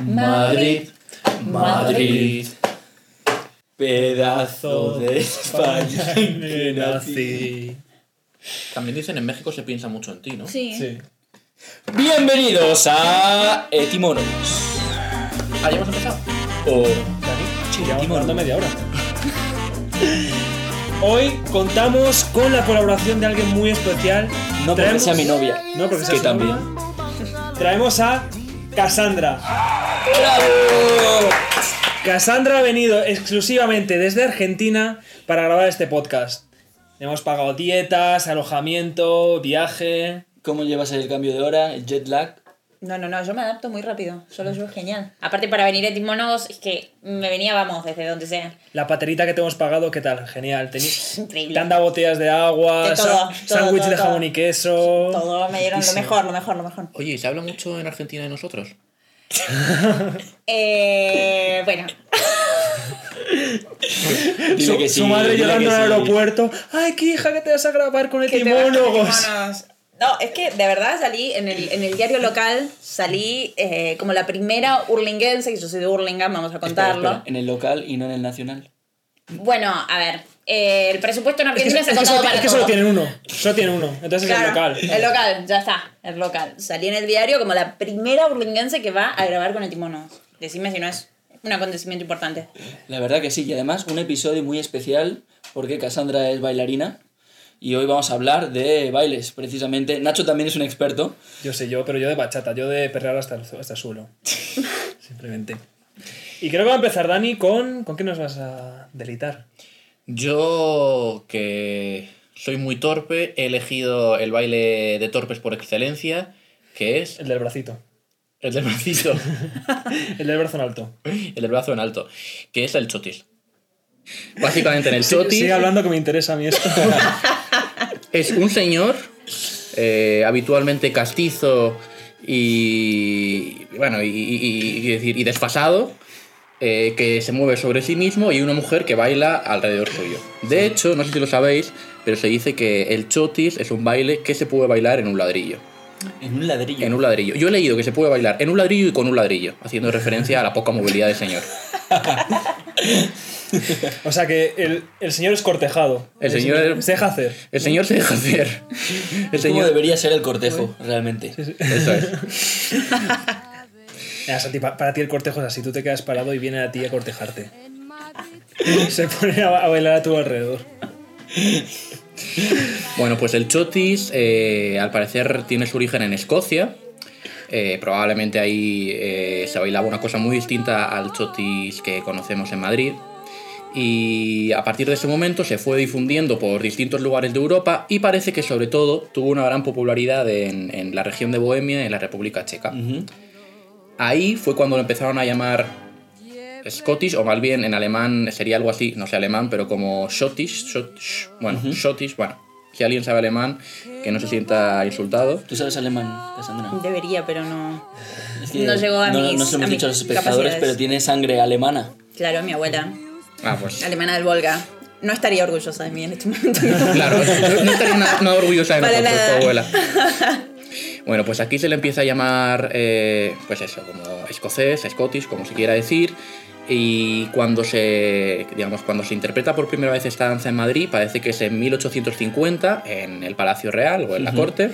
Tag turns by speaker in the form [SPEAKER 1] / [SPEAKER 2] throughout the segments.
[SPEAKER 1] Madrid,
[SPEAKER 2] Madrid.
[SPEAKER 1] pedazo de España en que nací.
[SPEAKER 2] Sí.
[SPEAKER 3] También dicen en México se piensa mucho en ti, ¿no?
[SPEAKER 4] Sí.
[SPEAKER 1] Bienvenidos a Etimónomos.
[SPEAKER 3] Ah, ya hemos empezado.
[SPEAKER 1] O
[SPEAKER 2] Llevamos hablando media hora. Hoy contamos con la colaboración de alguien muy especial.
[SPEAKER 1] no porque
[SPEAKER 2] Traemos-
[SPEAKER 1] sea mi novia.
[SPEAKER 2] No, porque sea
[SPEAKER 1] Que
[SPEAKER 2] su
[SPEAKER 1] también.
[SPEAKER 2] novia. Traemos a Cassandra. Cassandra ha venido exclusivamente desde Argentina para grabar este podcast. Le hemos pagado dietas, alojamiento, viaje.
[SPEAKER 1] ¿Cómo llevas el cambio de hora? ¿El jet lag?
[SPEAKER 4] No, no, no, yo me adapto muy rápido. Solo soy genial. Aparte, para venir a Timónogos, es que me venía, vamos, desde donde sea.
[SPEAKER 2] La paterita que te hemos pagado, ¿qué tal? Genial. Teni-
[SPEAKER 4] Increíble.
[SPEAKER 2] Te han dado botellas de agua,
[SPEAKER 4] De todo,
[SPEAKER 2] sa-
[SPEAKER 4] todo,
[SPEAKER 2] sándwich
[SPEAKER 4] todo,
[SPEAKER 2] de
[SPEAKER 4] todo.
[SPEAKER 2] jamón y queso.
[SPEAKER 4] Todo me dieron lo
[SPEAKER 2] Riquísimo.
[SPEAKER 4] mejor, lo mejor, lo mejor.
[SPEAKER 3] Oye, ¿y se habla mucho en Argentina de nosotros?
[SPEAKER 4] Eh, bueno,
[SPEAKER 1] Dile
[SPEAKER 2] Su,
[SPEAKER 1] que sí,
[SPEAKER 2] su madre
[SPEAKER 1] dile
[SPEAKER 2] llegando
[SPEAKER 1] que
[SPEAKER 2] al
[SPEAKER 1] sí.
[SPEAKER 2] aeropuerto. ¡Ay, qué hija que te vas a grabar con el
[SPEAKER 4] que te vas con
[SPEAKER 2] timónogos!
[SPEAKER 4] Timónogos. No, es que de verdad salí en el, en el diario local, salí eh, como la primera hurlinguense, que yo soy de Hurlingham, vamos a
[SPEAKER 1] Espera,
[SPEAKER 4] contarlo.
[SPEAKER 1] espera, En el local y no en el nacional.
[SPEAKER 4] Bueno, a ver, eh, el presupuesto en
[SPEAKER 2] Es que,
[SPEAKER 4] Argentina se
[SPEAKER 2] es
[SPEAKER 4] ha
[SPEAKER 2] que
[SPEAKER 4] contado
[SPEAKER 2] solo,
[SPEAKER 4] para
[SPEAKER 2] es que
[SPEAKER 4] todo.
[SPEAKER 2] solo tienen uno. Solo tienen uno. Entonces
[SPEAKER 4] Claro,
[SPEAKER 2] es el
[SPEAKER 4] El
[SPEAKER 2] local.
[SPEAKER 4] local, ya está, el local. Salí en el diario como la primera burlinguense que va a grabar con el timón. Decime si no es un acontecimiento importante.
[SPEAKER 1] La verdad que sí, y además un episodio muy especial porque Cassandra es bailarina y hoy vamos a hablar de bailes, precisamente. Nacho también es un experto.
[SPEAKER 2] Yo sé yo, pero yo de bachata. Yo de perrear hasta el, hasta el suelo. Simplemente. Y creo que va a empezar Dani con... ¿Con qué nos vas a delitar?
[SPEAKER 3] Yo, que soy muy torpe, he elegido el baile de torpes por excelencia, que es
[SPEAKER 2] El del bracito.
[SPEAKER 3] el del bracito,
[SPEAKER 2] El del brazo en alto.
[SPEAKER 3] el del brazo en alto, que es el chotis. Básicamente en el
[SPEAKER 2] Sí,
[SPEAKER 3] chotis
[SPEAKER 2] sigue hablando que me interesa a mí esto.
[SPEAKER 3] es un señor eh, habitualmente castizo y bueno y, y- y- y decir, y desfasado eh, que se mueve sobre sí mismo y una mujer que baila alrededor suyo. De hecho, no sé si lo sabéis, pero se dice que el chotis es un baile que se puede bailar en un ladrillo.
[SPEAKER 1] En un ladrillo.
[SPEAKER 3] En un ladrillo. Yo he leído que se puede bailar en un ladrillo y con un ladrillo, haciendo referencia a la poca movilidad del señor.
[SPEAKER 2] o sea que el, el señor es cortejado.
[SPEAKER 3] El señor-
[SPEAKER 2] se deja hacer.
[SPEAKER 3] El señor se deja hacer. El
[SPEAKER 1] Es como
[SPEAKER 3] señor.
[SPEAKER 1] debería ser el cortejo, realmente.
[SPEAKER 3] Eso es.
[SPEAKER 2] Mira, Santi, pa- para ti el cortejo es así, tú te quedas parado y viene a ti a cortejarte. Se pone a, a bailar a tu alrededor.
[SPEAKER 3] Bueno, pues el chotis eh, al parecer tiene su origen en Escocia. Eh, probablemente ahí eh, se bailaba una cosa muy distinta al chotis que conocemos en Madrid. Y a partir de ese momento se fue difundiendo por distintos lugares de Europa y parece que sobre todo tuvo una gran popularidad en, en la región de Bohemia, en la República Checa.
[SPEAKER 1] Ujú.
[SPEAKER 3] Ahí fue cuando lo empezaron a llamar Scottish, o más bien en alemán sería algo así, no sé alemán, pero como Schottish, Schott- sh- bueno, Schottish, bueno, si alguien sabe alemán, que no se sienta insultado.
[SPEAKER 1] ¿Tú sabes alemán, Cassandra?
[SPEAKER 4] Debería, pero no.
[SPEAKER 1] Es que
[SPEAKER 4] No llegó a
[SPEAKER 1] no,
[SPEAKER 4] mis-
[SPEAKER 1] no se lo
[SPEAKER 4] a
[SPEAKER 1] hemos
[SPEAKER 4] mis
[SPEAKER 1] dicho a los espectadores,
[SPEAKER 4] capacidades.
[SPEAKER 1] pero tiene sangre alemana.
[SPEAKER 4] Claro, mi abuela,
[SPEAKER 3] Ah, pues.
[SPEAKER 4] alemana del Volga, no estaría orgullosa de mí en este momento.
[SPEAKER 3] Claro, no no estaría nada, nada orgullosa de
[SPEAKER 4] Para
[SPEAKER 3] nosotros,
[SPEAKER 4] nada.
[SPEAKER 3] tu abuela. Bueno, pues aquí se le empieza a llamar, eh, pues eso, como escocés, Scottish, como se quiera decir. Y cuando se, digamos, cuando se interpreta por primera vez esta danza en Madrid, parece que es en 1850, en el Palacio Real o en la corte.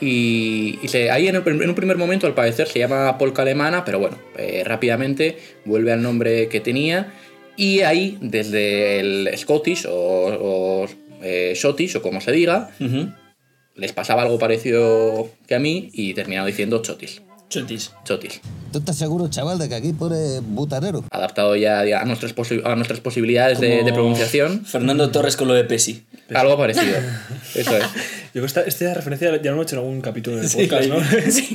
[SPEAKER 3] Y, y se- ahí en, el prim- en un primer momento, al parecer, se llama polka alemana, pero bueno, eh, rápidamente vuelve al nombre que tenía. Y ahí, desde el Scottish o, o eh, Schottish, o como se diga,
[SPEAKER 1] Ujú.
[SPEAKER 3] les pasaba algo parecido que a mí y terminaron diciendo chotis,
[SPEAKER 1] Chutis.
[SPEAKER 3] chotis.
[SPEAKER 5] ¿Tú estás seguro, chaval, de que aquí pone butarero?
[SPEAKER 3] Adaptado ya a nuestras, posi- a nuestras posibilidades de,
[SPEAKER 1] Como
[SPEAKER 3] de pronunciación,
[SPEAKER 1] Fernando Torres con lo de Pesi.
[SPEAKER 2] Pues
[SPEAKER 3] algo parecido. Eso es.
[SPEAKER 2] Yo creo que esta, esta referencia ya lo hemos hecho en algún capítulo del podcast, ¿no?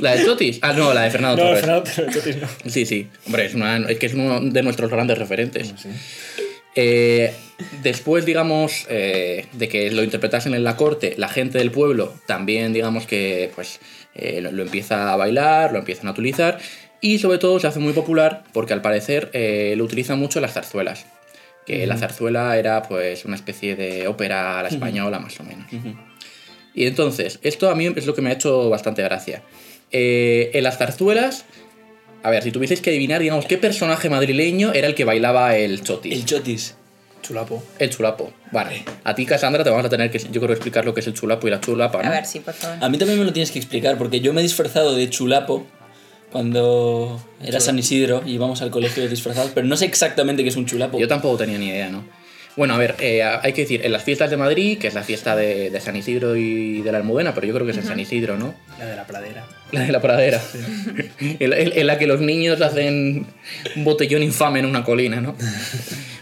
[SPEAKER 3] ¿La de chotis? Ah, no, la de Fernando
[SPEAKER 2] no,
[SPEAKER 3] Torres.
[SPEAKER 2] Fernando, te lo he hecho a ti, no.
[SPEAKER 3] Sí, sí. Hombre, es, una- es que es uno de nuestros grandes referentes.
[SPEAKER 2] Pues
[SPEAKER 3] Eh, después, digamos, eh, de que lo interpretasen en la corte, la gente del pueblo también, digamos que, pues, eh, lo, lo empieza a bailar, lo empiezan a utilizar y sobre todo se hace muy popular porque al parecer eh, lo utilizan mucho las zarzuelas. Que la zarzuela era pues una especie de ópera a la española, más o menos. Y entonces, esto a mí es lo que me ha hecho bastante gracia. Eh, en las zarzuelas A ver, si tuvieseis que adivinar, digamos, qué personaje madrileño era el que bailaba el chotis.
[SPEAKER 1] El chotis.
[SPEAKER 2] Chulapo.
[SPEAKER 3] El chulapo. Vale. A ti, Cassandra, te vamos a tener que, yo creo, explicar lo que es el chulapo y la chulapa, ¿no?
[SPEAKER 4] A ver, sí, por favor.
[SPEAKER 1] A mí también me lo tienes que explicar, porque yo me he disfrazado de chulapo cuando era San Isidro y íbamos al colegio disfrazados, pero no sé exactamente qué es un chulapo.
[SPEAKER 3] Yo tampoco tenía ni idea, ¿no? Bueno, a ver, eh, hay que decir, en las fiestas de Madrid, que es la fiesta de, de San Isidro y de la Almudena, pero yo creo que es en San Isidro, ¿no?
[SPEAKER 2] La de la pradera.
[SPEAKER 3] La de la pradera. en, la, en la que los niños hacen un botellón infame en una colina, ¿no?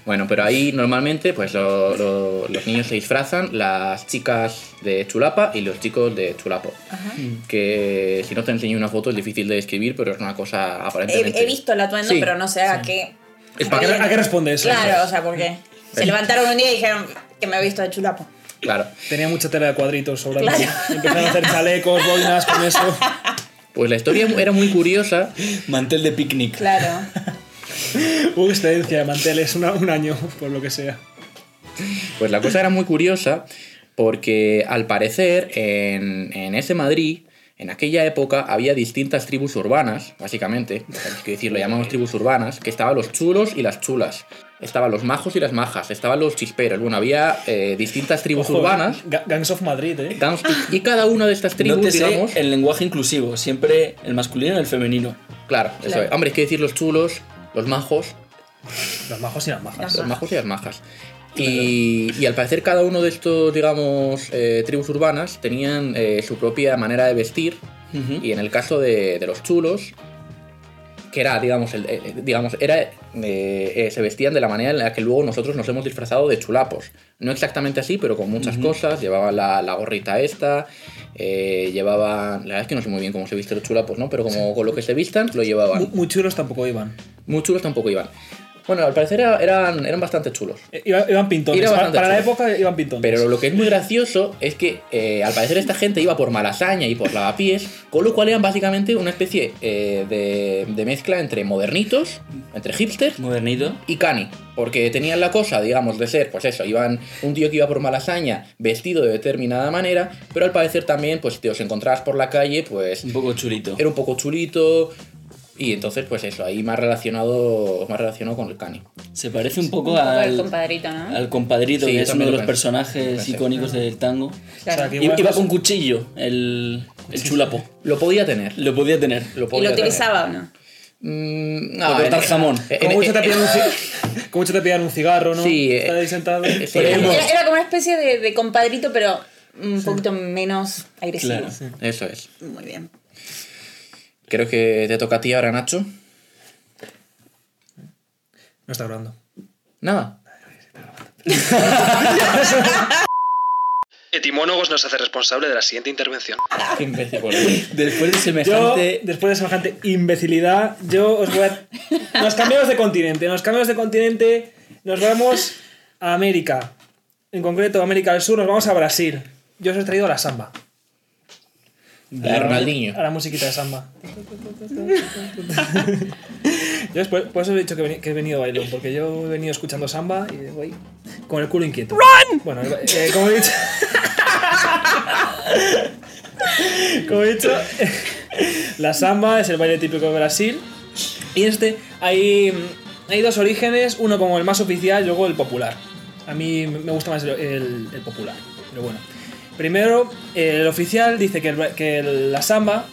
[SPEAKER 3] Bueno, pero ahí normalmente pues lo- lo- los niños se disfrazan, las chicas de chulapa y los chicos de chulapo. Que si no te enseño una foto es difícil de describir, pero es una cosa
[SPEAKER 4] He,
[SPEAKER 3] aparentemente...
[SPEAKER 4] he visto el atuendo,
[SPEAKER 3] Sí.
[SPEAKER 4] pero no sé a qué.
[SPEAKER 3] Es
[SPEAKER 2] ¿A
[SPEAKER 3] para
[SPEAKER 2] qué,
[SPEAKER 3] que-
[SPEAKER 2] a qué responde eso?
[SPEAKER 4] Claro, o sea, porque se
[SPEAKER 3] Sí.
[SPEAKER 4] levantaron un día y dijeron que me he visto de chulapo.
[SPEAKER 3] Claro.
[SPEAKER 2] Tenía mucha tela de cuadritos sobre
[SPEAKER 4] Claro.
[SPEAKER 2] Empezaron a hacer chalecos, boinas con eso.
[SPEAKER 3] Pues la historia era muy curiosa
[SPEAKER 1] Mantel de picnic.
[SPEAKER 4] Claro.
[SPEAKER 2] Hubo excedencia de manteles una- un año, por lo que sea.
[SPEAKER 3] Pues la cosa era muy curiosa porque al parecer en, en ese Madrid, en aquella época, había distintas tribus urbanas, básicamente, es decir, lo llamamos tribus urbanas, que estaban los chulos y las chulas, estaban los majos y las majas, estaban los chisperos, bueno, había eh, distintas tribus
[SPEAKER 2] Ojo,
[SPEAKER 3] urbanas.
[SPEAKER 2] Ga- Gangs of Madrid, ¿eh?
[SPEAKER 3] Gangs- Y, y cada una de estas tribus,
[SPEAKER 1] no te
[SPEAKER 3] digamos,
[SPEAKER 1] sé el lenguaje inclusivo, siempre el masculino y el femenino.
[SPEAKER 3] claro, eso
[SPEAKER 4] Claro.
[SPEAKER 3] es. hombre, es que decir los chulos, los majos,
[SPEAKER 2] Los majos y las majas.
[SPEAKER 3] Los majos y las majas. Y, y al parecer cada uno de estos, digamos, eh, tribus urbanas tenían eh, su propia manera de vestir.
[SPEAKER 1] Ujú.
[SPEAKER 3] Y en el caso de, de los chulos, que era, digamos, el- eh, digamos era, eh, eh, se vestían de la manera en la que luego nosotros nos hemos disfrazado de chulapos. No exactamente así, pero con muchas cosas. Llevaban la, la gorrita esta, eh, llevaban... La verdad es que no sé muy bien cómo se visten los chulapos, ¿no? Pero como con lo que se vistan, lo llevaban.
[SPEAKER 2] Mu- Muy chulos tampoco iban.
[SPEAKER 3] Muy chulos tampoco iban. Bueno, al parecer era- eran, eran bastante chulos.
[SPEAKER 2] Eh, Iba- Iban pintones.
[SPEAKER 3] Era
[SPEAKER 2] Para,
[SPEAKER 3] bastante
[SPEAKER 2] para la
[SPEAKER 3] chulo.
[SPEAKER 2] época iban pintones.
[SPEAKER 3] Pero lo que es muy gracioso es que eh, al parecer esta gente iba por malasaña y por lavapiés, con lo cual eran básicamente una especie eh, de, de mezcla entre modernitos, entre hipsters
[SPEAKER 1] Modernito.
[SPEAKER 3] y cani. Porque tenían la cosa, digamos, de ser, pues eso, iban un tío que iba por malasaña vestido de determinada manera, pero al parecer también, pues te os encontrabas por la calle, pues
[SPEAKER 1] Un poco chulito.
[SPEAKER 3] era un poco chulito. Y entonces, pues eso, ahí más relacionado, más relacionado con el cani.
[SPEAKER 1] Se parece un
[SPEAKER 4] Un
[SPEAKER 1] poco
[SPEAKER 4] poco el
[SPEAKER 1] al,
[SPEAKER 4] compadrito, ¿no?
[SPEAKER 1] al compadrito,
[SPEAKER 3] Sí,
[SPEAKER 1] que
[SPEAKER 3] yo
[SPEAKER 1] es uno
[SPEAKER 3] también
[SPEAKER 1] de
[SPEAKER 3] lo
[SPEAKER 1] los
[SPEAKER 3] pensé.
[SPEAKER 1] personajes
[SPEAKER 3] Pensé.
[SPEAKER 1] icónicos del tango.
[SPEAKER 2] O sea,
[SPEAKER 4] Claro.
[SPEAKER 2] que
[SPEAKER 1] I-
[SPEAKER 2] igual-
[SPEAKER 1] Iba con cuchillo, el, el chulapo.
[SPEAKER 3] Lo podía tener.
[SPEAKER 1] Lo podía tener.
[SPEAKER 3] Lo
[SPEAKER 4] ¿Y
[SPEAKER 3] podía
[SPEAKER 4] lo
[SPEAKER 3] tener.
[SPEAKER 4] utilizaba o no?
[SPEAKER 3] Mm,
[SPEAKER 1] Para
[SPEAKER 3] en-
[SPEAKER 1] cortar
[SPEAKER 3] en-
[SPEAKER 1] jamón.
[SPEAKER 3] en-
[SPEAKER 2] Como
[SPEAKER 3] en- eh,
[SPEAKER 2] mucho te
[SPEAKER 3] en-
[SPEAKER 2] pillan un, ci- como mucho te pillan un cigarro, ¿no?
[SPEAKER 3] Sí, eh,
[SPEAKER 2] Estás ahí sentado.
[SPEAKER 3] eh, sí.
[SPEAKER 2] Por ahí
[SPEAKER 3] Hemos-
[SPEAKER 4] Era, era como una especie de, de compadrito, pero un poquito menos agresivo.
[SPEAKER 1] Claro.
[SPEAKER 3] Eso es.
[SPEAKER 4] Muy bien.
[SPEAKER 3] Creo que te toca a ti ahora, Nacho.
[SPEAKER 2] No está hablando.
[SPEAKER 3] Nada.
[SPEAKER 6] Etimónogos nos hace responsable de la siguiente intervención.
[SPEAKER 3] Qué imbécil,
[SPEAKER 1] Después de
[SPEAKER 2] Yo,
[SPEAKER 1] semejante.
[SPEAKER 2] después de semejante imbecilidad, yo os voy a... Nos cambiamos de continente, nos cambiamos de continente, nos vamos a América. En concreto, América del Sur, nos vamos a Brasil. Yo os he traído la samba.
[SPEAKER 3] De Ronaldinho.
[SPEAKER 2] A la musiquita de samba. yo después, por eso os he dicho que, veni- que he venido bailón, porque yo he venido escuchando samba y voy con el culo inquieto. ¡Run! Bueno, eh, como he dicho... como he dicho, la samba es el baile típico de Brasil. Y este, hay, mm, hay dos orígenes, uno como el más oficial y luego el popular. A mí me gusta más el, el- el popular, pero bueno. Primero, el oficial dice que, el ba- que el- la samba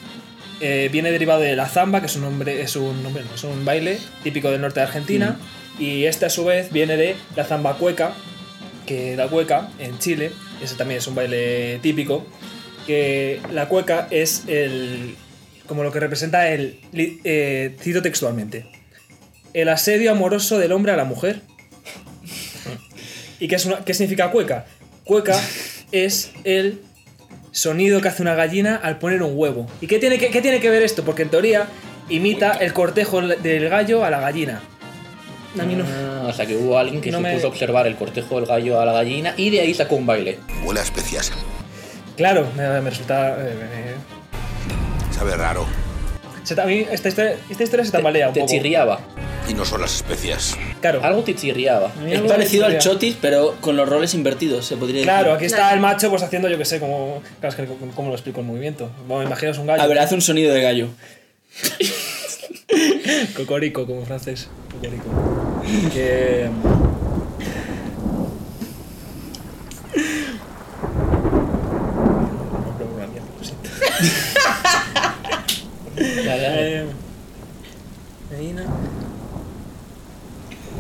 [SPEAKER 2] eh, viene derivado de la zamba, que es un, nombre, es, un, nombre, no, es un baile típico del norte de Argentina, y este a su vez viene de la zamba cueca, que la cueca en Chile, ese también es un baile típico, que la cueca es el como lo que representa el li- eh, cito textualmente el asedio amoroso del hombre a la mujer. ¿Y qué, es una- qué significa cueca? Cueca es el sonido que hace una gallina al poner un huevo. ¿Y qué tiene que, qué tiene que ver esto? Porque en teoría imita el cortejo del gallo a la gallina. A mí no-
[SPEAKER 3] Ah, o sea que hubo alguien que
[SPEAKER 2] No
[SPEAKER 3] se
[SPEAKER 2] me-
[SPEAKER 3] puso a observar el cortejo del gallo a la gallina y de ahí sacó un baile.
[SPEAKER 7] Huele a especias.
[SPEAKER 2] Claro, me, me resulta... eh, me-
[SPEAKER 7] Sabe raro.
[SPEAKER 2] se ta- a mí esta historia, esta historia se tambalea un
[SPEAKER 3] Te
[SPEAKER 2] poco.
[SPEAKER 3] chirriaba.
[SPEAKER 7] Y no son las especias.
[SPEAKER 2] Claro.
[SPEAKER 3] Algo te chirriaba.
[SPEAKER 2] A mí
[SPEAKER 1] Es
[SPEAKER 2] algo
[SPEAKER 1] parecido
[SPEAKER 2] me
[SPEAKER 1] al
[SPEAKER 2] chirría.
[SPEAKER 1] chotis, pero con los roles invertidos, se podría decir.
[SPEAKER 2] Claro, aquí está el macho pues haciendo, yo que sé, como... Claro, es que como- como lo explico el movimiento. Bueno, imaginaos un gallo.
[SPEAKER 1] A ver, hace un sonido de gallo.
[SPEAKER 2] Cocorico, como francés. Cocorico. Que. Una mierda, lo siento.
[SPEAKER 1] Dale, dale.
[SPEAKER 2] Eh, Medina.